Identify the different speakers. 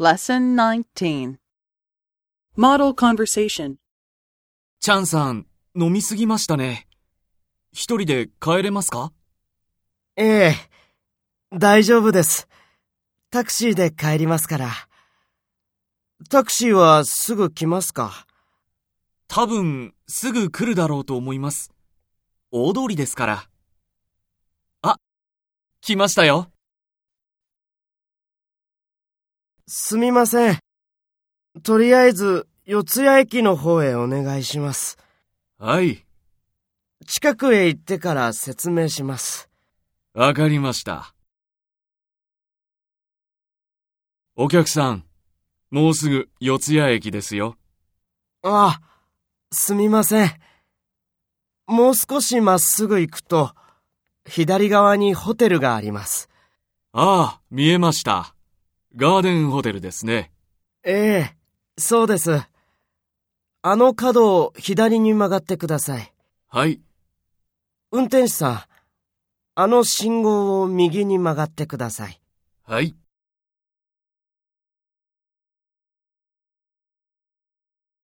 Speaker 1: Lesson 19 Model Conversation
Speaker 2: チャンさん、飲みすぎましたね。一人で帰れますか
Speaker 3: ええ。大丈夫です。タクシーで帰りますから。タクシーはすぐ来ますか
Speaker 2: 多分、すぐ来るだろうと思います。大通りですから。あ、来ましたよ。
Speaker 3: すみません。とりあえず、四ツ谷駅の方へお願いします。
Speaker 2: はい、
Speaker 3: 近くへ行ってから説明します。
Speaker 2: わかりました。お客さん、もうすぐ四ツ谷駅ですよ。
Speaker 3: ああ、すみません。もう少しまっすぐ行くと、左側にホテルがあります。
Speaker 2: ああ、見えました。ガーデンホテルですね。
Speaker 3: ええ、そうです。あの角を左に曲がってください。
Speaker 2: はい、
Speaker 3: 運転手さん、あの信号を右に曲がってください。
Speaker 2: はい。